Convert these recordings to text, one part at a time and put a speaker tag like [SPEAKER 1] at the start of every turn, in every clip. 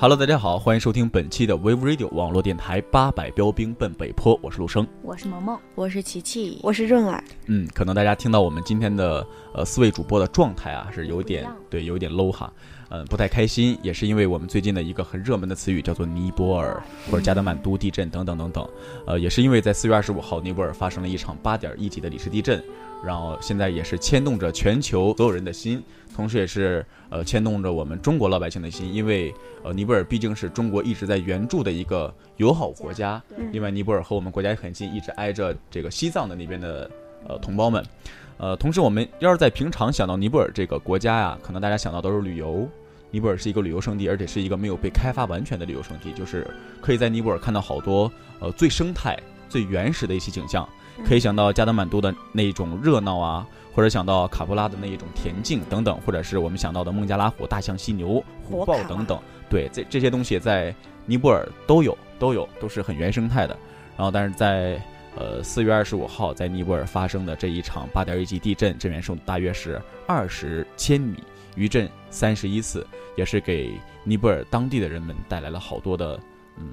[SPEAKER 1] Hello，大家好，欢迎收听本期的 Wave Radio 网络电台《八百标兵奔北坡》，我是陆生。
[SPEAKER 2] 我是萌萌，
[SPEAKER 3] 我是琪琪，
[SPEAKER 2] 我是润儿，
[SPEAKER 1] 嗯，可能大家听到我们今天的呃四位主播的状态啊，是有
[SPEAKER 2] 不
[SPEAKER 1] 点
[SPEAKER 2] 一样
[SPEAKER 1] 对，有点 low 哈，嗯、不太开心，也是因为我们最近的一个很热门的词语叫做尼泊尔或者加德满都地震等等等等，呃，也是因为在四月二十五号尼泊尔发生了一场八点一级的里氏地震，然后现在也是牵动着全球所有人的心，同时也是呃牵动着我们中国老百姓的心，因为呃尼泊尔毕竟是中国一直在援助的一个友好国家，另外尼泊尔和我们国家也很近，一直挨着这个西藏的那边的呃同胞们。呃，同时我们要是在平常想到尼泊尔这个国家呀、可能大家想到都是旅游。尼泊尔是一个旅游胜地，而且是一个没有被开发完全的旅游胜地，就是可以在尼泊尔看到好多呃最生态、最原始的一些景象。可以想到加德满都的那种热闹啊，或者想到卡布拉的那一种恬静等等，或者是我们想到的孟加拉虎、大象、犀牛、虎
[SPEAKER 2] 火
[SPEAKER 1] 豹
[SPEAKER 2] 烤
[SPEAKER 1] 等
[SPEAKER 2] 啊
[SPEAKER 1] 等。对，这这些东西在尼泊尔都有，都有，都是很原生态的。然后，但是在呃四月二十五号在尼泊尔发生的这一场八点一级地震，震源深度大约是二十千米，余震三十一次，也是给尼泊尔当地的人们带来了好多的嗯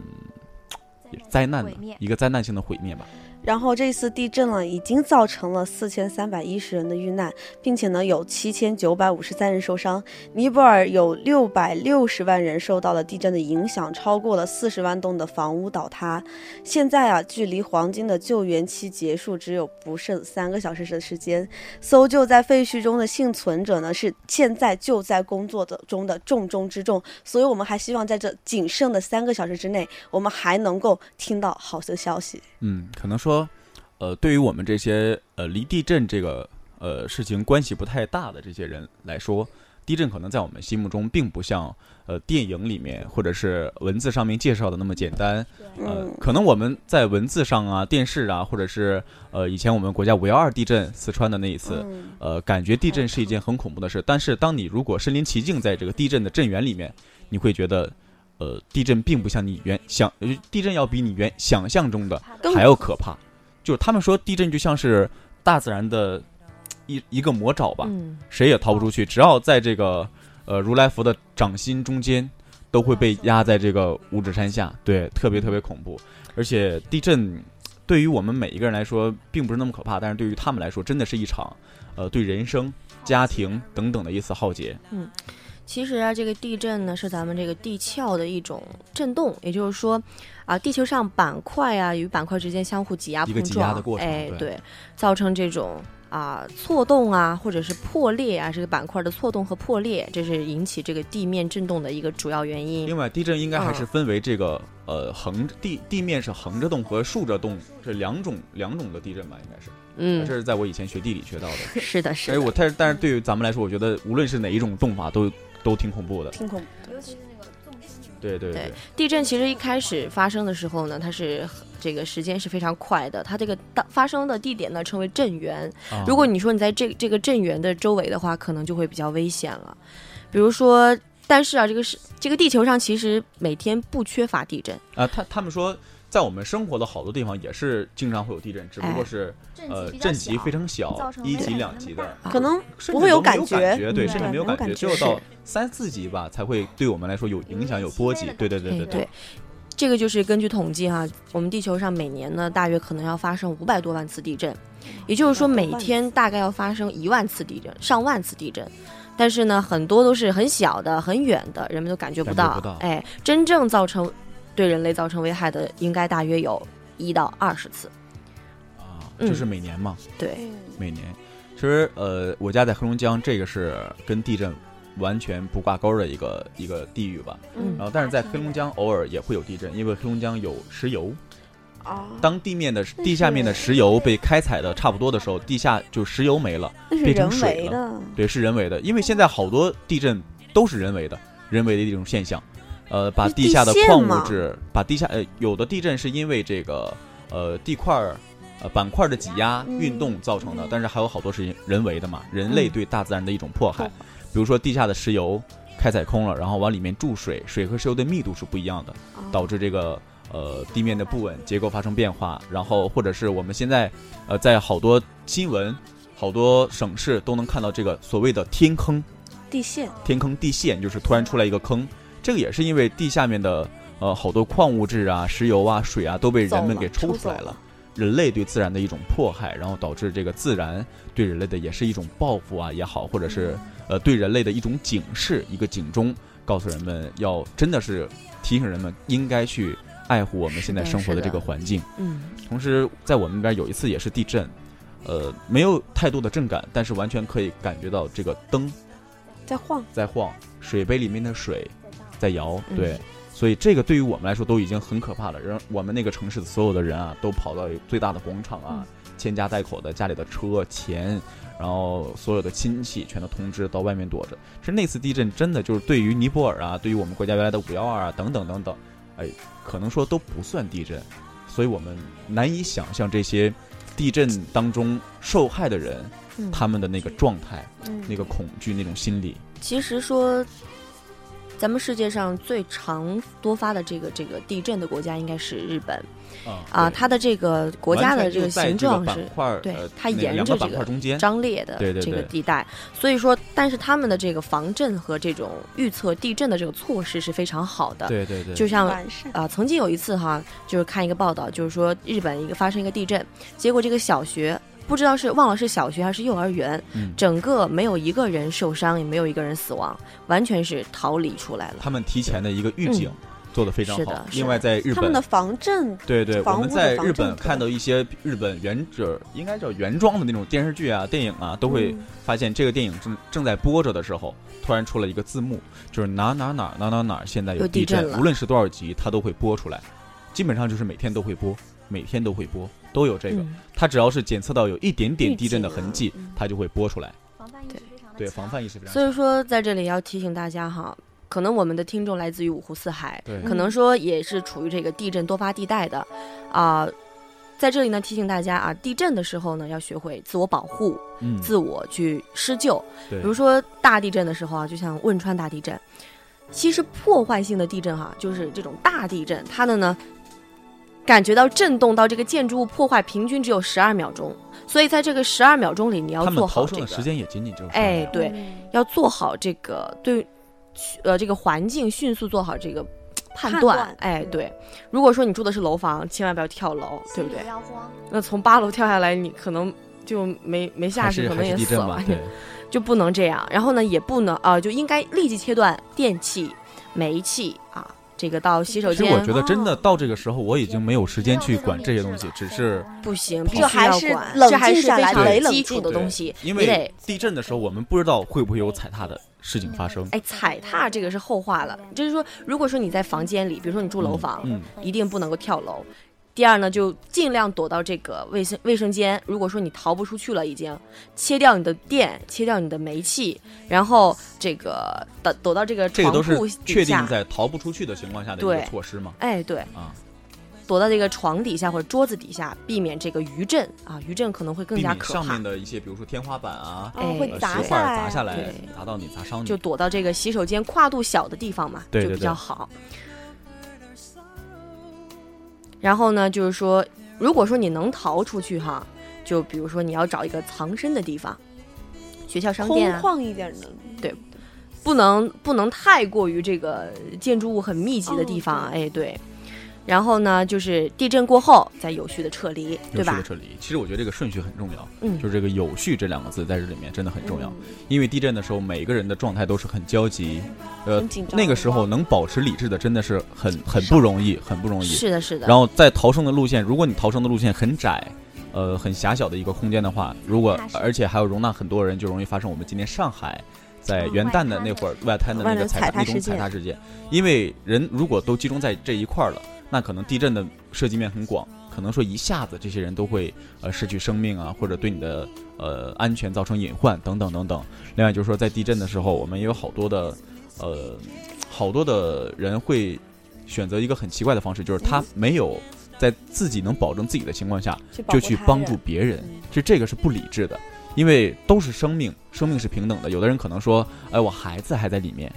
[SPEAKER 1] 也是灾难
[SPEAKER 2] 毁
[SPEAKER 1] 吧
[SPEAKER 2] 灭，
[SPEAKER 1] 一个灾难性的毁灭吧。
[SPEAKER 3] 然后这次地震了，已经造成了四千三百一十人的遇难，并且呢有七千九百五十三人受伤。尼泊尔有六百六十万人受到了地震的影响，超过了四十万栋的房屋倒塌。现在啊，距离黄金的救援期结束只有不剩三个小时的时间。搜救在废墟中的幸存者呢，是现在就在工作的中的重中之重。所以我们还希望在这仅剩的三个小时之内，我们还能够听到好的消息。
[SPEAKER 1] 嗯，可能说，呃，对于我们这些呃离地震这个呃事情关系不太大的这些人来说，地震可能在我们心目中并不像呃电影里面或者是文字上面介绍的那么简单。呃
[SPEAKER 3] 嗯，
[SPEAKER 1] 可能我们在文字上啊、电视啊，或者是呃以前我们国家五幺二地震四川的那一次，
[SPEAKER 3] 嗯
[SPEAKER 1] 呃，感觉地震是一件很恐怖的事，但是当你如果身临其境在这个地震的震源里面，你会觉得，呃，地震并不像你原想，呃地震要比你原想象中的
[SPEAKER 3] 更
[SPEAKER 1] 还要可怕。就是他们说地震就像是大自然的一一个魔爪吧，
[SPEAKER 2] 嗯，
[SPEAKER 1] 谁也逃不出去，只要在这个呃如来佛的掌心中间，都会被压在这个五指山下，对，特别特别恐怖。而且地震对于我们每一个人来说并不是那么可怕，但是对于他们来说，真的是一场呃对人生、家庭等等的一次浩劫。
[SPEAKER 4] 其实啊，这个地震呢是咱们这个地壳的一种震动，也就是说，啊，地球上板块啊与板块之间相互挤压
[SPEAKER 1] 一个
[SPEAKER 4] 碰撞，
[SPEAKER 1] 挤压的过程
[SPEAKER 4] 哎
[SPEAKER 1] 对，
[SPEAKER 4] 对，造成这种啊错动啊，或者是破裂啊，这个板块的错动和破裂，这是引起这个地面震动的一个主要原因。
[SPEAKER 1] 另外，地震应该还
[SPEAKER 4] 嗯
[SPEAKER 1] 是分为这个呃横地地面是横着动和竖着动这两种两种的地震吧，应该是，呃
[SPEAKER 4] 嗯
[SPEAKER 1] 这，是在我以前学地理学到的。
[SPEAKER 4] 是的，是
[SPEAKER 1] 哎，
[SPEAKER 4] 的。
[SPEAKER 1] 我但是但是对于咱们来说，我觉得无论是哪一种动法都都挺恐怖的。
[SPEAKER 3] 挺恐怖。
[SPEAKER 2] 尤其是那个纵深那个
[SPEAKER 1] 对对
[SPEAKER 4] 对地震其实一开始发生的时候呢，它是呃这个时间是非常快的，它这个当发生的地点呢称为震源。
[SPEAKER 1] 啊
[SPEAKER 4] 如果你说你在这这个震源的周围的话，可能就会比较危险了。比如说，但是啊，这个是这个地球上其实每天不缺乏地震，
[SPEAKER 1] 啊，他他们说，在我们生活的好多地方也是经常会有地震，只不
[SPEAKER 4] 哎
[SPEAKER 1] 过是、呃震级非常小
[SPEAKER 2] 造，成
[SPEAKER 1] 一
[SPEAKER 2] 危
[SPEAKER 1] 级
[SPEAKER 2] 害
[SPEAKER 1] 两
[SPEAKER 2] 没
[SPEAKER 1] 级
[SPEAKER 2] 那么
[SPEAKER 1] 的，
[SPEAKER 4] 大
[SPEAKER 3] 可能
[SPEAKER 1] 啊甚至
[SPEAKER 3] 不会有
[SPEAKER 1] 都没
[SPEAKER 3] 感
[SPEAKER 1] 有
[SPEAKER 3] 觉
[SPEAKER 1] 感觉，对，
[SPEAKER 2] 嗯
[SPEAKER 1] 甚至
[SPEAKER 2] 对
[SPEAKER 1] 没有
[SPEAKER 3] 没有
[SPEAKER 1] 感觉，
[SPEAKER 3] 感
[SPEAKER 1] 只有
[SPEAKER 3] 觉
[SPEAKER 1] 到
[SPEAKER 3] 是
[SPEAKER 1] 三四级吧才会对我们来说有影响、有波及。对对对对
[SPEAKER 4] 对，这个就是根据统计哈、我们地球上每年呢，大约可能要发生五百多万次地震，也就是说
[SPEAKER 3] 500多
[SPEAKER 4] 每
[SPEAKER 3] 万
[SPEAKER 4] 天大概要发生一万次地震、上万次地震。但是呢，很多都是很小的、很远的，人们都感觉不
[SPEAKER 1] 感觉
[SPEAKER 4] 到。
[SPEAKER 1] 不到
[SPEAKER 4] 哎，真正造成对人类造成危害的，应该大约有一到二十次。
[SPEAKER 1] 啊，
[SPEAKER 4] 嗯
[SPEAKER 1] 就是每年嘛，
[SPEAKER 3] 哎
[SPEAKER 4] 对，
[SPEAKER 1] 每年。其实呃，我家在黑龙江，这个是跟地震完全不挂钩的一个一个地域吧。
[SPEAKER 4] 嗯
[SPEAKER 1] 然后，但是在黑龙江偶尔也会有地震，因为黑龙江有石油。
[SPEAKER 3] 啊，
[SPEAKER 1] 当地面的地下面的石油被开采的差不多的时候，地下就石油没了。
[SPEAKER 3] 啊那是
[SPEAKER 1] 变成
[SPEAKER 3] 人
[SPEAKER 1] 水
[SPEAKER 3] 为的，
[SPEAKER 1] 对，是人为的，因为现在好多地震都是人为的，人为的一种现象。呃，把
[SPEAKER 3] 是
[SPEAKER 1] 地
[SPEAKER 3] 地
[SPEAKER 1] 下的
[SPEAKER 3] 陷
[SPEAKER 1] 矿
[SPEAKER 3] 吗
[SPEAKER 1] 物质，把地下呃有的地震是因为这个呃地块儿呃板块儿的挤压运动造成的，但是还有好多是人为的嘛，人类对大自然的一种迫害。比如说地下的石油开采空了，然后往里面注水，水和石油的密度是不一样的，
[SPEAKER 3] 啊
[SPEAKER 1] 导致这个呃地面的不稳，结构发生变化，然后或者是我们现在呃在好多新闻、好多省市都能看到这个所谓的天坑，
[SPEAKER 3] 地陷
[SPEAKER 1] 天坑地陷，就是突然出来一个坑，这个也是因为地下面的呃好多矿物质啊、石油啊、水啊都被人们给抽出来
[SPEAKER 3] 走
[SPEAKER 1] 了。人类对自然的一种迫害，然后导致这个自然对人类的也是一种报复啊也好，或者
[SPEAKER 3] 嗯
[SPEAKER 1] 是呃对人类的一种警示、一个警钟，告诉人们要真的是提醒人们应该去爱护我们现在
[SPEAKER 4] 是的
[SPEAKER 1] 生活的
[SPEAKER 4] 是
[SPEAKER 1] 这个
[SPEAKER 4] 的
[SPEAKER 1] 环境。
[SPEAKER 4] 嗯，
[SPEAKER 1] 同时，在我们那边有一次也是地震，呃，没有太多的震感，但是完全可以感觉到这个灯
[SPEAKER 3] 在晃，
[SPEAKER 1] 在晃，水杯里面的水在摇，
[SPEAKER 4] 嗯
[SPEAKER 1] 对，所以这个对于我们来说都已经很可怕了。人我们那个城市的所有的人啊，都跑到最大的广场
[SPEAKER 4] 嗯
[SPEAKER 1] 啊，牵家带口的，家里的车、钱，然后所有的亲戚全都通知到外面躲着。其实那次地震真的就是对于尼泊尔啊，对于我们国家原来的五幺二啊等等等等，哎，可能说都不算地震，所以我们难以想象这些地震当中受害的人
[SPEAKER 4] 嗯
[SPEAKER 1] 他们的那个状态、
[SPEAKER 3] 嗯，
[SPEAKER 1] 那个恐惧、那种心理。
[SPEAKER 4] 其实说，咱们世界上最常多发的这个这个地震的国家应该是日本啊，
[SPEAKER 1] 对
[SPEAKER 4] 它的这个国家的
[SPEAKER 1] 完全
[SPEAKER 4] 个
[SPEAKER 1] 就在
[SPEAKER 4] 形
[SPEAKER 1] 这个
[SPEAKER 4] 状
[SPEAKER 1] 板
[SPEAKER 4] 是
[SPEAKER 1] 块儿
[SPEAKER 4] 对
[SPEAKER 1] 呃
[SPEAKER 4] 它
[SPEAKER 1] 那个
[SPEAKER 4] 沿
[SPEAKER 1] 两
[SPEAKER 4] 着
[SPEAKER 1] 个
[SPEAKER 4] 这
[SPEAKER 1] 板
[SPEAKER 4] 个
[SPEAKER 1] 块中间，
[SPEAKER 4] 张裂的
[SPEAKER 1] 对对
[SPEAKER 4] 这个
[SPEAKER 1] 对
[SPEAKER 4] 地带，所以说，但是他们的这个防震和这种预测地震的这个措施是非常好的，
[SPEAKER 1] 对对对，
[SPEAKER 4] 就像
[SPEAKER 3] 完善，
[SPEAKER 4] 啊，曾经有一次哈，就是看一个报道，就是说日本一个发生一个地震，结果这个小学不知道是忘了是小学还是幼儿园，
[SPEAKER 1] 嗯
[SPEAKER 4] 整个没有一个人受伤，也没有一个人死亡，完全是逃离出来了。
[SPEAKER 1] 他们提前的一个预警做得非常
[SPEAKER 4] 嗯是的
[SPEAKER 1] 好。
[SPEAKER 4] 是
[SPEAKER 1] 另
[SPEAKER 4] 的
[SPEAKER 1] 外在日
[SPEAKER 3] 他们
[SPEAKER 1] 本
[SPEAKER 3] 的，防震
[SPEAKER 1] 对对，我
[SPEAKER 3] 房
[SPEAKER 1] 们
[SPEAKER 3] 屋的
[SPEAKER 1] 在
[SPEAKER 3] 防
[SPEAKER 1] 日
[SPEAKER 3] 震
[SPEAKER 1] 本
[SPEAKER 3] 做
[SPEAKER 1] 看
[SPEAKER 3] 得
[SPEAKER 1] 到一些日本原者应该叫原装的那种电视剧啊、电影啊，都会
[SPEAKER 3] 嗯
[SPEAKER 1] 发现这个电影正正在播着的时候，突然出了一个字幕，就是哪哪哪哪哪哪现在有
[SPEAKER 4] 有地
[SPEAKER 1] 地震
[SPEAKER 4] 震，了
[SPEAKER 1] 无论是多少集，它都会播出来，基本上就是每天都会播，每天都会播，都有这个。
[SPEAKER 4] 嗯
[SPEAKER 1] 它只要是检测到有一点点
[SPEAKER 4] 预
[SPEAKER 1] 地震的
[SPEAKER 4] 警
[SPEAKER 1] 痕
[SPEAKER 4] 啊
[SPEAKER 1] 迹
[SPEAKER 4] 嗯，
[SPEAKER 1] 它就会播出来。
[SPEAKER 2] 防范意识非常的
[SPEAKER 1] 对，防范意识非常
[SPEAKER 4] 所
[SPEAKER 1] 强。
[SPEAKER 4] 以说，在这里要提醒大家哈，可能我们的听众来自于五湖四海，
[SPEAKER 1] 对
[SPEAKER 4] 可能说也是处于这个地震多发地带的，啊、在这里呢提醒大家啊，地震的时候呢要学会自我保护，
[SPEAKER 1] 嗯，
[SPEAKER 4] 自我去施救。
[SPEAKER 1] 对
[SPEAKER 4] 比如说大地震的时候啊，就像汶川大地震，其实破坏性的地震哈、就是这种大地震，它的呢，感觉到震动到这个建筑物破坏，平均只有十二秒钟，所以在这个十二秒钟里，你要
[SPEAKER 1] 他们
[SPEAKER 4] 做
[SPEAKER 1] 逃
[SPEAKER 4] 好这
[SPEAKER 1] 生
[SPEAKER 4] 个，
[SPEAKER 1] 的时间也仅仅就是
[SPEAKER 4] 哎
[SPEAKER 1] 12秒
[SPEAKER 4] 对，要做好这个对，呃，这个环境迅速做好这个。判
[SPEAKER 3] 判
[SPEAKER 4] 断
[SPEAKER 3] 断，嗯
[SPEAKER 4] 哎，对，如果说你住的是楼房，千万不要跳楼，对不对
[SPEAKER 2] 不？要慌，
[SPEAKER 4] 那从八楼跳下来，你可能就没没下
[SPEAKER 1] 还
[SPEAKER 4] 去，
[SPEAKER 1] 是
[SPEAKER 4] 可
[SPEAKER 1] 还
[SPEAKER 4] 能
[SPEAKER 1] 是
[SPEAKER 4] 也
[SPEAKER 1] 地
[SPEAKER 4] 死
[SPEAKER 1] 震
[SPEAKER 4] 了
[SPEAKER 1] 嘛，，对，
[SPEAKER 4] 就不能这样。然后呢，也不能啊、就应该立即切断电器、煤气啊，这个到洗手
[SPEAKER 1] 其实我
[SPEAKER 4] 间
[SPEAKER 1] 觉得真的到这个时候，我已经没有时间去管这些东西，只是
[SPEAKER 4] 哦不行，
[SPEAKER 1] 这
[SPEAKER 4] 必须要
[SPEAKER 3] 还是
[SPEAKER 4] 管
[SPEAKER 3] 冷
[SPEAKER 4] 这还
[SPEAKER 3] 静
[SPEAKER 4] 是
[SPEAKER 3] 下
[SPEAKER 4] 非
[SPEAKER 3] 来
[SPEAKER 4] 常
[SPEAKER 1] 对
[SPEAKER 4] 基础的
[SPEAKER 1] 对
[SPEAKER 4] 东西，
[SPEAKER 1] 因
[SPEAKER 4] 你
[SPEAKER 1] 为
[SPEAKER 4] 得。
[SPEAKER 1] 地震的时候，我们不知道会不会有踩踏的事情发生。
[SPEAKER 4] 哎，踩踏这个是后话了，就是说，如果说你在房间里，比如说你住楼房，
[SPEAKER 1] 嗯，
[SPEAKER 4] 一定不能够跳楼。第二呢，就尽量躲到这个卫生卫生间。如果说你逃不出去了，已经切掉你的电，切掉你的煤气，然后这个躲躲到这个
[SPEAKER 1] 这个
[SPEAKER 4] 床
[SPEAKER 1] 都是
[SPEAKER 4] 铺底
[SPEAKER 1] 确
[SPEAKER 4] 下
[SPEAKER 1] 定在逃不出去的情况下的一个
[SPEAKER 4] 对
[SPEAKER 1] 措施嘛。
[SPEAKER 4] 哎，对，
[SPEAKER 1] 啊
[SPEAKER 4] 躲到这个床底下或者桌子底下，避免这个余震啊，余震可能会更
[SPEAKER 1] 避
[SPEAKER 4] 加
[SPEAKER 1] 免
[SPEAKER 4] 可
[SPEAKER 1] 上
[SPEAKER 4] 怕
[SPEAKER 1] 面。的一些，比如说天花板啊、
[SPEAKER 3] 哦
[SPEAKER 4] 哎
[SPEAKER 3] 会
[SPEAKER 1] 呃
[SPEAKER 3] 砸
[SPEAKER 1] 石块
[SPEAKER 3] 下
[SPEAKER 1] 儿
[SPEAKER 3] 来，
[SPEAKER 1] 砸下来
[SPEAKER 4] 对，
[SPEAKER 1] 砸到你、砸伤你
[SPEAKER 4] 就。躲到这个洗手间跨度小的地方嘛，
[SPEAKER 1] 嗯对对
[SPEAKER 4] 就比较好。然后呢，就是说，如果说你能逃出去哈，就比如说你要找一个藏身的地方，学校商店
[SPEAKER 3] 空
[SPEAKER 4] 啊，
[SPEAKER 3] 旷一点的，
[SPEAKER 4] 不能不能太过于这个建筑物很密集的地方，
[SPEAKER 3] 哦
[SPEAKER 4] 哎对。然后呢，就是地震过后再有序的撤离，
[SPEAKER 1] 有
[SPEAKER 4] 对
[SPEAKER 1] 序的
[SPEAKER 4] 吧？
[SPEAKER 1] 撤离，其实我觉得这个顺序很重要，
[SPEAKER 4] 嗯
[SPEAKER 1] 就是这个“有序”这两个字在这里面真的很重要
[SPEAKER 3] 嗯，，
[SPEAKER 1] 因为地震的时候，每个人的状态都是很焦急，呃
[SPEAKER 3] 很，紧张。
[SPEAKER 1] 那个时候能保持理智的真的是很很不容易，很不容易。
[SPEAKER 4] 是的，是的。
[SPEAKER 1] 然后在逃生的路线，如果你逃生的路线很窄，呃，很狭小的一个空间的话，如果
[SPEAKER 2] 那是
[SPEAKER 1] 而且还有容纳很多人，就容易发生我们今天上海在
[SPEAKER 2] 嗯
[SPEAKER 1] 元旦的那会儿外滩的那
[SPEAKER 3] 万
[SPEAKER 1] 个
[SPEAKER 3] 人
[SPEAKER 1] 踩
[SPEAKER 3] 踩
[SPEAKER 1] 踏
[SPEAKER 3] 踏
[SPEAKER 1] 那种
[SPEAKER 3] 事件
[SPEAKER 1] 踩踏事件。因为人如果都集中在这一块儿了，那可能地震的涉及面很广，可能说一下子这些人都会呃失去生命啊，或者对你的呃安全造成隐患等等等等。另外就是说，在地震的时候，我们也有好多的呃好多的人会选择一个很奇怪的方式，就是他没有在自己能保证自己的情况下，
[SPEAKER 3] 去保护
[SPEAKER 1] 就去
[SPEAKER 3] 他
[SPEAKER 1] 帮
[SPEAKER 3] 人
[SPEAKER 1] 助别人
[SPEAKER 3] 嗯，
[SPEAKER 1] 其实这个是不理智的，因为都是生命，生命是平等的。有的人可能说，哎，我孩子还在里面，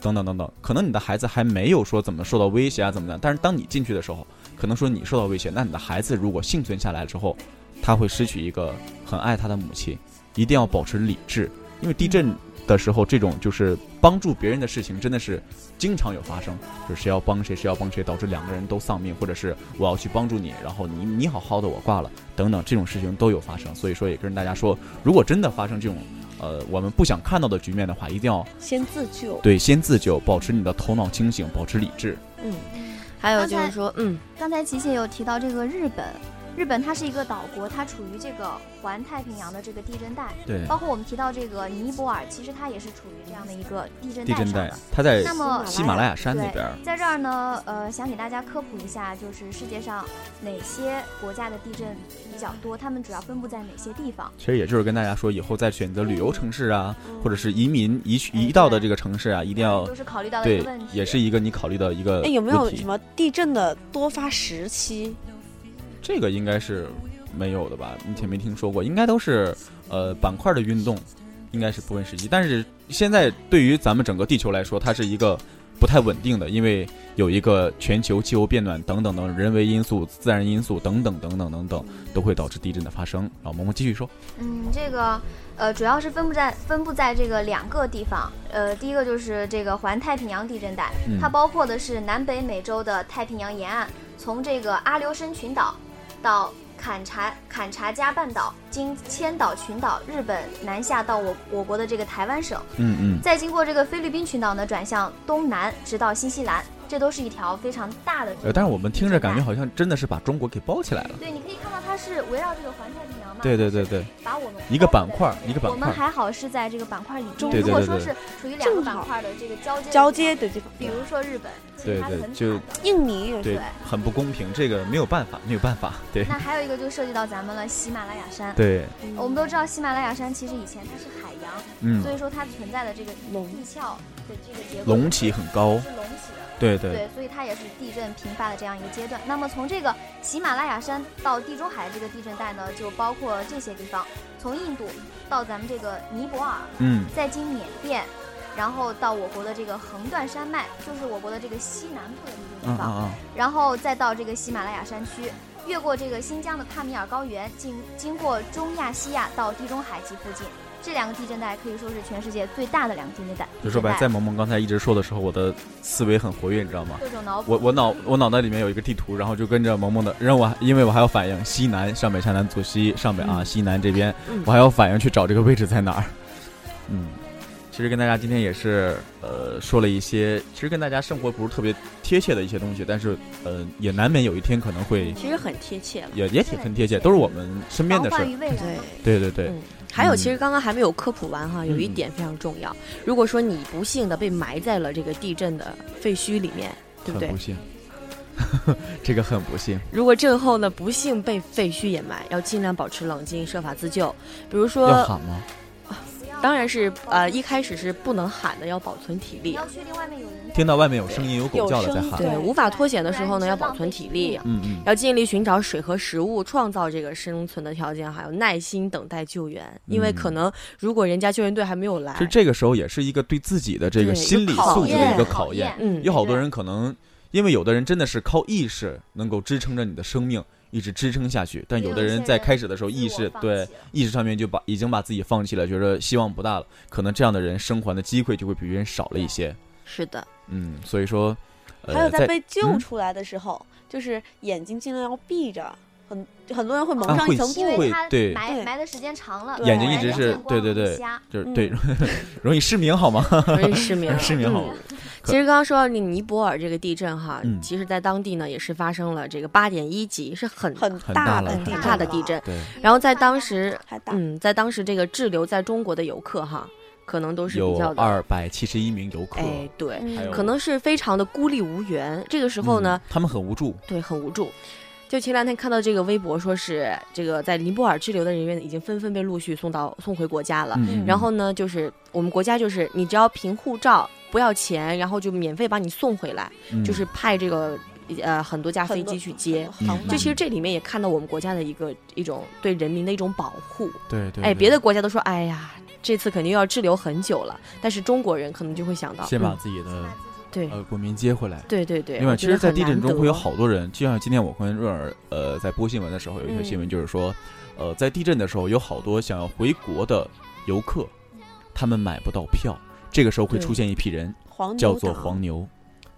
[SPEAKER 1] 等等等等，可能你的孩子还没有说怎么受到威胁啊，怎么样？但是当你进去的时候，可能说你受到威胁，那你的孩子如果幸存下来之后，
[SPEAKER 3] 嗯
[SPEAKER 1] 他会失去一个很爱他的母亲，一定要保持理智，因为地震的时候，这种就是帮助别人的事情真的是经常有发生，就是谁要帮谁，谁要帮谁，导致两个人都丧命，或者是我要去帮助你，然后你你好好的我挂了，等等这种事情都有发生。所以说也跟大家说，如果真的发生这种呃我们不想看到的局面的话，一定要
[SPEAKER 3] 先自救。
[SPEAKER 1] 对先自救，保持你的头脑清醒，保持理智。
[SPEAKER 4] 嗯，还有就是说，嗯，
[SPEAKER 2] 刚才琪姐有提到这个日本，日本它是一个岛国，它处于这个环太平洋的这个地震带，
[SPEAKER 1] 对
[SPEAKER 2] 包括我们提到这个尼泊尔，其实它也是处于这样的一个地震
[SPEAKER 1] 地
[SPEAKER 2] 带
[SPEAKER 1] 震
[SPEAKER 2] 上
[SPEAKER 1] 带啊
[SPEAKER 2] 的。，
[SPEAKER 1] 它在
[SPEAKER 2] 那么
[SPEAKER 1] 喜马拉雅山那
[SPEAKER 2] 对
[SPEAKER 1] 边儿，
[SPEAKER 2] 在这儿呢，呃，想给大家科普一下，就是世界上哪些国家的地震比较多，它们主要分布在哪些地方。
[SPEAKER 1] 其实也就是跟大家说，以后在选择旅游城市啊，
[SPEAKER 2] 嗯
[SPEAKER 1] 或者是移民移去移到的这个城市啊，一定要
[SPEAKER 2] 都是考虑到的一
[SPEAKER 1] 对
[SPEAKER 2] 个问题，，
[SPEAKER 1] 也是一个你考虑的一个
[SPEAKER 3] 哎，有没有
[SPEAKER 1] 问题
[SPEAKER 3] 什么地震的多发时期？
[SPEAKER 1] 这个应该是没有的吧？目前没听说过，应该都是呃板块的运动，应该是不分时期。但是现在对于咱们整个地球来说，它是一个不太稳定的，因为有一个全球气候变暖等等等人为因素、自然因素等等等等等等，都会导致地震的发生。然后萌萌继续说，
[SPEAKER 2] 嗯，这个呃，主要是分布在分布在这个两个地方。呃，第一个就是这个环太平洋地震带，
[SPEAKER 1] 嗯
[SPEAKER 2] 它包括的是南北美洲的太平洋沿岸，从这个阿留申群岛到坎察坎察加半岛，经千岛群岛、日本南下到我我国的这个台湾省，
[SPEAKER 1] 嗯嗯，
[SPEAKER 2] 再经过这个菲律宾群岛呢，转向东南，直到新西兰，这都是一条非常大的。
[SPEAKER 1] 呃，但是我们听着感觉好像真的是把中国给包起来了。
[SPEAKER 2] 对，你可以看到它是围绕这个环太平洋嘛，
[SPEAKER 1] 呃对对对对，
[SPEAKER 2] 把我们
[SPEAKER 1] 一个
[SPEAKER 2] 包围
[SPEAKER 1] 板块儿一
[SPEAKER 2] 我
[SPEAKER 1] 个板块
[SPEAKER 2] 们
[SPEAKER 1] 儿。
[SPEAKER 2] 还好是在这个板块里中，
[SPEAKER 1] 对对
[SPEAKER 2] 如果
[SPEAKER 1] 对
[SPEAKER 2] 说
[SPEAKER 1] 对
[SPEAKER 2] 是处于两个
[SPEAKER 3] 正
[SPEAKER 2] 板
[SPEAKER 3] 好
[SPEAKER 2] 块的这个交接，
[SPEAKER 3] 交接，的地方，
[SPEAKER 2] 比如说日本，其
[SPEAKER 1] 对
[SPEAKER 2] 实它
[SPEAKER 1] 对
[SPEAKER 2] 很
[SPEAKER 1] 就
[SPEAKER 2] 惨的。
[SPEAKER 3] 印尼也是。
[SPEAKER 1] 对
[SPEAKER 2] 对，
[SPEAKER 1] 很不公平，这个没有办法，没有办法，对
[SPEAKER 2] 那还有一个就涉及到咱们了，喜马拉雅山。
[SPEAKER 1] 对，
[SPEAKER 2] 我
[SPEAKER 3] 嗯
[SPEAKER 2] 们都知道喜马拉雅山其实以前它是海洋，
[SPEAKER 1] 嗯
[SPEAKER 2] 所，以说它存在的这个
[SPEAKER 3] 龙
[SPEAKER 2] 地壳的这个结构
[SPEAKER 1] 隆起很高，
[SPEAKER 2] 是隆起的。
[SPEAKER 1] 对对
[SPEAKER 2] 对，所以它也是地震频发的这样一个阶段。那么从这个喜马拉雅山到地中海这个地震带呢，就包括这些地方，从印度到咱们这个尼泊尔，
[SPEAKER 1] 嗯，
[SPEAKER 2] 再经缅甸，然后到我国的这个横断山脉，就是我国的这个西南部的一个
[SPEAKER 1] 嗯
[SPEAKER 2] 地
[SPEAKER 1] 啊
[SPEAKER 2] 方，
[SPEAKER 1] 啊，
[SPEAKER 2] 然后再到这个喜马拉雅山区，越过这个新疆的帕米尔高原，经经过中亚、西亚到地中海及附近。这两个地震带可以说是全世界最大的两个地震带。
[SPEAKER 1] 就说白，
[SPEAKER 2] 地
[SPEAKER 1] 在
[SPEAKER 2] 震带
[SPEAKER 1] 萌萌刚才一直说的时候，我的思维很活跃，你知道吗？
[SPEAKER 2] 各种脑补
[SPEAKER 1] 我我脑我脑袋里面有一个地图，然后就跟着萌萌的，然后我还因为我还要反应西南上北下南左西上北啊西南这边
[SPEAKER 4] 嗯，
[SPEAKER 1] 我还要反应去找这个位置在哪儿。嗯，其实跟大家今天也是呃说了一些，其实跟大家生活不是特别贴切的一些东西，但是呃也难免有一天可能会
[SPEAKER 4] 其实很贴切了。
[SPEAKER 1] 也也挺很贴切，都是我们身边的
[SPEAKER 2] 防
[SPEAKER 1] 事儿
[SPEAKER 2] 患。于未然啊嘛。
[SPEAKER 1] 对对对
[SPEAKER 4] 嗯，还有，
[SPEAKER 1] 嗯
[SPEAKER 4] 其实刚刚还没有科普完哈，有一
[SPEAKER 1] 嗯
[SPEAKER 4] 点非常重要。如果说你不幸的被埋在了这个地震的废墟里面，对不
[SPEAKER 1] 很
[SPEAKER 4] 对
[SPEAKER 1] 不？幸， 这个很不幸。
[SPEAKER 4] 如果震后呢不幸被废墟掩埋，要尽量保持冷静，设法自救。比如
[SPEAKER 1] 要
[SPEAKER 4] 说，
[SPEAKER 1] 喊吗？
[SPEAKER 4] 当然是呃一开始是不能喊的，要保存体
[SPEAKER 2] 你
[SPEAKER 4] 力
[SPEAKER 2] 要。确定外面有人。
[SPEAKER 1] 听到外面有声音、有
[SPEAKER 3] 有
[SPEAKER 1] 狗叫的在
[SPEAKER 3] 声音
[SPEAKER 1] 喊。
[SPEAKER 4] 对，
[SPEAKER 3] 对
[SPEAKER 4] 无法脱险的时
[SPEAKER 2] 不然
[SPEAKER 4] 候呢，
[SPEAKER 2] 你
[SPEAKER 4] 要
[SPEAKER 2] 就浪
[SPEAKER 4] 保存
[SPEAKER 2] 费
[SPEAKER 4] 体
[SPEAKER 2] 体
[SPEAKER 4] 力
[SPEAKER 2] 力。
[SPEAKER 1] 嗯嗯，
[SPEAKER 4] 要尽力寻找水和食物，创造这个生存的条件，还有耐心等待救援。因为
[SPEAKER 1] 嗯
[SPEAKER 4] 可能如果人家救援队还没有来
[SPEAKER 1] 其，实这个时候也是一个对自己的这个
[SPEAKER 4] 对
[SPEAKER 1] 心理
[SPEAKER 4] 一个考
[SPEAKER 1] 素质的
[SPEAKER 4] 验
[SPEAKER 1] 一个考验。
[SPEAKER 4] 嗯，
[SPEAKER 1] 有好多人可能，因为有的人真的是靠意识能够支撑着你的生命一直支撑下去，但有的人在开始的时候意
[SPEAKER 2] 自我
[SPEAKER 1] 识
[SPEAKER 2] 放弃
[SPEAKER 1] 对
[SPEAKER 2] 了
[SPEAKER 1] 意识上面就把已经把自己放弃了，觉得希望不大了，可能这样的人生还的机会就会比别人少了一些。
[SPEAKER 4] 是的，
[SPEAKER 1] 嗯，所以说，
[SPEAKER 3] 还有
[SPEAKER 1] 呃，
[SPEAKER 3] 在
[SPEAKER 1] 在
[SPEAKER 3] 被救
[SPEAKER 1] 嗯
[SPEAKER 3] 出来的时候，就是眼睛尽量要闭着，很很多人会蒙
[SPEAKER 1] 啊
[SPEAKER 3] 上
[SPEAKER 1] 会
[SPEAKER 3] 一层
[SPEAKER 1] 吸
[SPEAKER 2] 因
[SPEAKER 3] 布，
[SPEAKER 1] 会
[SPEAKER 2] 为它
[SPEAKER 1] 对
[SPEAKER 2] 埋
[SPEAKER 3] 对
[SPEAKER 2] 埋的时间长了，
[SPEAKER 3] 眼睛
[SPEAKER 2] 本来
[SPEAKER 3] 一直
[SPEAKER 2] 就
[SPEAKER 1] 是
[SPEAKER 2] 见光
[SPEAKER 1] 对对
[SPEAKER 2] 了
[SPEAKER 1] 对
[SPEAKER 2] 瞎
[SPEAKER 1] 就是
[SPEAKER 3] 嗯
[SPEAKER 1] 对 容易失明好吗？
[SPEAKER 4] 容易失明
[SPEAKER 1] 。失明好吗？
[SPEAKER 2] 嗯
[SPEAKER 4] 其实刚刚说到那个尼泊尔这个地震哈，
[SPEAKER 1] 嗯
[SPEAKER 4] 其实在当地呢也是发生了这个八点一级，是很
[SPEAKER 3] 很
[SPEAKER 1] 很大
[SPEAKER 3] 大
[SPEAKER 1] 了
[SPEAKER 3] 的
[SPEAKER 1] 很
[SPEAKER 3] 震
[SPEAKER 4] 大的地
[SPEAKER 3] 了，
[SPEAKER 4] 震。
[SPEAKER 1] 对，
[SPEAKER 4] 然后在当时，
[SPEAKER 3] 还大。
[SPEAKER 4] 嗯，在当时这个滞留在中国的游客哈，可能都是比
[SPEAKER 1] 有
[SPEAKER 4] 较的，
[SPEAKER 1] 二百七十一名游客，
[SPEAKER 4] 哎，
[SPEAKER 2] 嗯
[SPEAKER 4] 对，
[SPEAKER 1] 还有
[SPEAKER 4] 可能是非常的孤立无援。这个时候呢，
[SPEAKER 1] 嗯他们很无助。
[SPEAKER 4] 对，很无助。就前两天看到这个微博，说是这个在尼泊尔滞留的人员已经纷纷被陆续送到送回国家了。
[SPEAKER 1] 嗯，嗯
[SPEAKER 4] 然后呢，就是我们国家就是你只要凭护照不要钱，然后就免费把你送回来，
[SPEAKER 1] 嗯
[SPEAKER 4] 就是派这个呃很多架飞机去接。
[SPEAKER 1] 嗯
[SPEAKER 3] 航
[SPEAKER 1] 嗯
[SPEAKER 4] 就
[SPEAKER 3] 班
[SPEAKER 4] 其实这里面也看到我们国家的一个一种对人民的一种保护。
[SPEAKER 1] 对对，
[SPEAKER 4] 哎，
[SPEAKER 1] 对
[SPEAKER 4] 别的国家都说，哎呀，这次肯定要滞留很久了，但是中国人可能就会想到，
[SPEAKER 1] 先把
[SPEAKER 4] 嗯
[SPEAKER 1] 自己的
[SPEAKER 4] 对
[SPEAKER 1] 呃国民接回来。
[SPEAKER 4] 对对对。
[SPEAKER 1] 另外，
[SPEAKER 4] 我
[SPEAKER 1] 其实，
[SPEAKER 4] 觉得
[SPEAKER 1] 在
[SPEAKER 4] 很
[SPEAKER 1] 地震
[SPEAKER 4] 难
[SPEAKER 1] 中
[SPEAKER 4] 得哦
[SPEAKER 1] 会有好多人，就像今天我跟润儿呃在播新闻的时候，有一
[SPEAKER 4] 嗯
[SPEAKER 1] 条新闻就是说，呃，在地震的时候有好多想要回国的游客，他们买不到票。这个时候会
[SPEAKER 4] 对
[SPEAKER 1] 出现一批人，
[SPEAKER 3] 黄牛
[SPEAKER 1] 叫做
[SPEAKER 3] 党
[SPEAKER 1] 黄牛，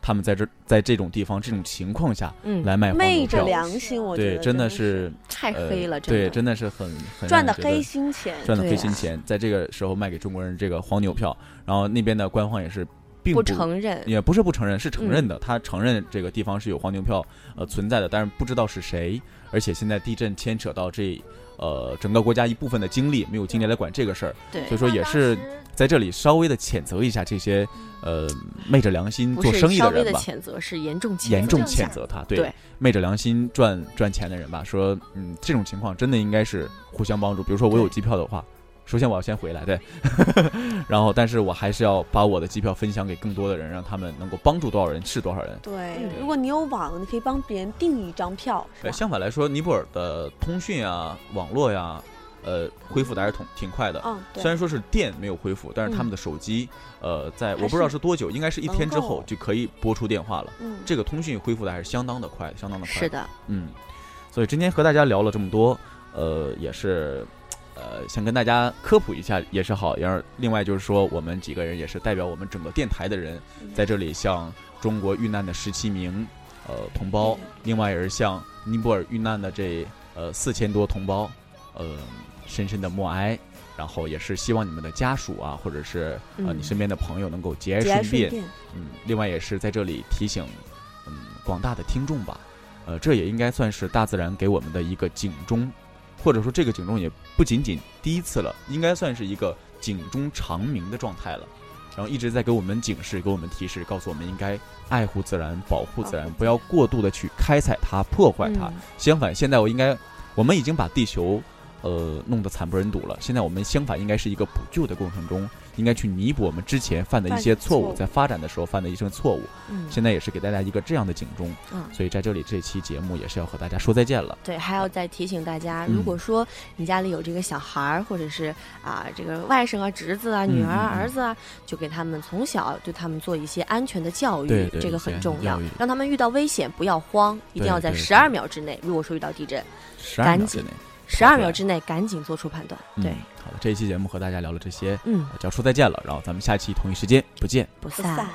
[SPEAKER 1] 他们在这在这种地方这种情况下
[SPEAKER 4] 嗯，
[SPEAKER 1] 来卖黄牛
[SPEAKER 3] 昧着
[SPEAKER 1] 票，
[SPEAKER 3] 良心，我觉得
[SPEAKER 1] 对，真的是
[SPEAKER 4] 太
[SPEAKER 1] 呃
[SPEAKER 4] 黑了，
[SPEAKER 1] 对，
[SPEAKER 4] 真
[SPEAKER 1] 真的是很很
[SPEAKER 3] 赚
[SPEAKER 1] 让
[SPEAKER 3] 的
[SPEAKER 1] 人觉得
[SPEAKER 3] 黑心钱，
[SPEAKER 1] 赚的
[SPEAKER 4] 对
[SPEAKER 1] 黑
[SPEAKER 4] 啊
[SPEAKER 1] 心钱，在这个时候卖给中国人这个黄牛票，然后那边的官方也是并
[SPEAKER 4] 不承嗯认。
[SPEAKER 1] 也不是不承认，是承认的。他承认这个地方是有黄牛票呃存在的，但是不知道是谁。而且现在地震牵扯到这呃整个国家一部分的精力，没有精力来管这个事儿，
[SPEAKER 4] 对
[SPEAKER 1] 所以说也是在这里稍微的谴责一下这些呃昧着良心
[SPEAKER 4] 不
[SPEAKER 1] 做
[SPEAKER 4] 是
[SPEAKER 1] 生意
[SPEAKER 4] 稍
[SPEAKER 1] 的
[SPEAKER 4] 微
[SPEAKER 1] 人
[SPEAKER 4] 的
[SPEAKER 1] 吧。
[SPEAKER 4] 谴责，是严重谴责。
[SPEAKER 1] 严重
[SPEAKER 2] 责
[SPEAKER 1] 谴责他，对
[SPEAKER 4] 对
[SPEAKER 1] 昧着良心赚赚钱的人吧，说嗯，这种情况真的应该是互相帮助。比如说我有
[SPEAKER 4] 对
[SPEAKER 1] 机票的话，首先我要先回来，对， 然后但是我还是要把我的机票分享给更多的人，让他们能够帮助多少人是多少人。
[SPEAKER 3] 对
[SPEAKER 4] 嗯，
[SPEAKER 3] 如果你有网，你可以帮别人订一张票，是
[SPEAKER 1] 呃，
[SPEAKER 3] 吧？
[SPEAKER 1] 相反来说，尼泊尔的通讯啊、网络呀、呃，恢复的还是挺挺快的。
[SPEAKER 3] 嗯，
[SPEAKER 1] 虽
[SPEAKER 3] 对，
[SPEAKER 1] 然说是电没有恢复，但是他们的手机，呃，在我不知道是多久，应该是一天之
[SPEAKER 3] 能够
[SPEAKER 1] 后就可以拨出电话了。
[SPEAKER 3] 嗯，
[SPEAKER 1] 这个通讯恢复的还是相当的快，相当的快。
[SPEAKER 4] 是的，
[SPEAKER 1] 嗯，所以今天和大家聊了这么多，呃，也是，呃，想跟大家科普一下也是好，然后另外就是说，我们几个人也是代表我们整个电台的人，在这里向中国遇难的十七名呃同胞，另外也是向尼泊尔遇难的这呃四千多同胞，呃，深深的默哀。然后也是希望你们的家属啊，或者是呃你
[SPEAKER 4] 嗯
[SPEAKER 1] 身边的朋友能够节哀
[SPEAKER 3] 节哀
[SPEAKER 1] 顺变
[SPEAKER 3] 顺，变，
[SPEAKER 1] 嗯，另外也是在这里提醒，嗯，广大的听众吧，呃，这也应该算是大自然给我们的一个警钟，或者说这个警钟也不仅仅第一次了，应该算是一个警钟长鸣的状态了。然后一直在给我们警示，给我们提示，告诉我们应该爱护自然、保护自
[SPEAKER 3] 保
[SPEAKER 1] 然，
[SPEAKER 3] 护
[SPEAKER 1] 不要过度的去开采它、破坏它。
[SPEAKER 4] 嗯
[SPEAKER 1] 相反，现在我应该，我们已经把地球，呃，弄得惨不忍睹了。现在我们相反应该是一个补救的过程中，应该去弥补我们之前犯的一些错
[SPEAKER 3] 犯的错
[SPEAKER 1] 误，
[SPEAKER 3] 误
[SPEAKER 1] 在发展的时候犯的一些错误。
[SPEAKER 4] 嗯，
[SPEAKER 1] 现在也是给大家一个这样的警钟。
[SPEAKER 4] 嗯
[SPEAKER 1] 所以在这里这期节目也是要和大家说再见了。
[SPEAKER 4] 对，还要再提醒大家，
[SPEAKER 1] 嗯
[SPEAKER 4] 如果说你家里有这个小孩儿，或者是啊这个外甥啊、侄子啊、
[SPEAKER 1] 嗯
[SPEAKER 4] 女儿啊、
[SPEAKER 1] 嗯嗯
[SPEAKER 4] 儿子啊，就给他们从小对他们做一些安全的教育，
[SPEAKER 1] 对对
[SPEAKER 4] 这个
[SPEAKER 1] 一些
[SPEAKER 4] 很
[SPEAKER 1] 安全
[SPEAKER 4] 重
[SPEAKER 1] 教
[SPEAKER 4] 要
[SPEAKER 1] 育，
[SPEAKER 4] 让他们遇到危险不要慌，一定
[SPEAKER 1] 对
[SPEAKER 4] 要在
[SPEAKER 1] 对
[SPEAKER 4] 十二秒之内，如果说遇到地震，
[SPEAKER 1] 十二秒
[SPEAKER 4] 赶
[SPEAKER 1] 之
[SPEAKER 4] 紧
[SPEAKER 1] 内，
[SPEAKER 4] 十二秒之内赶紧做出判断。对
[SPEAKER 1] 嗯，，好了，这一期节目和大家聊了这些，呃
[SPEAKER 4] 嗯，
[SPEAKER 1] 就要说再见了。然后咱们下期同一时间不见。
[SPEAKER 4] 不
[SPEAKER 3] 不
[SPEAKER 4] 散。
[SPEAKER 3] 散。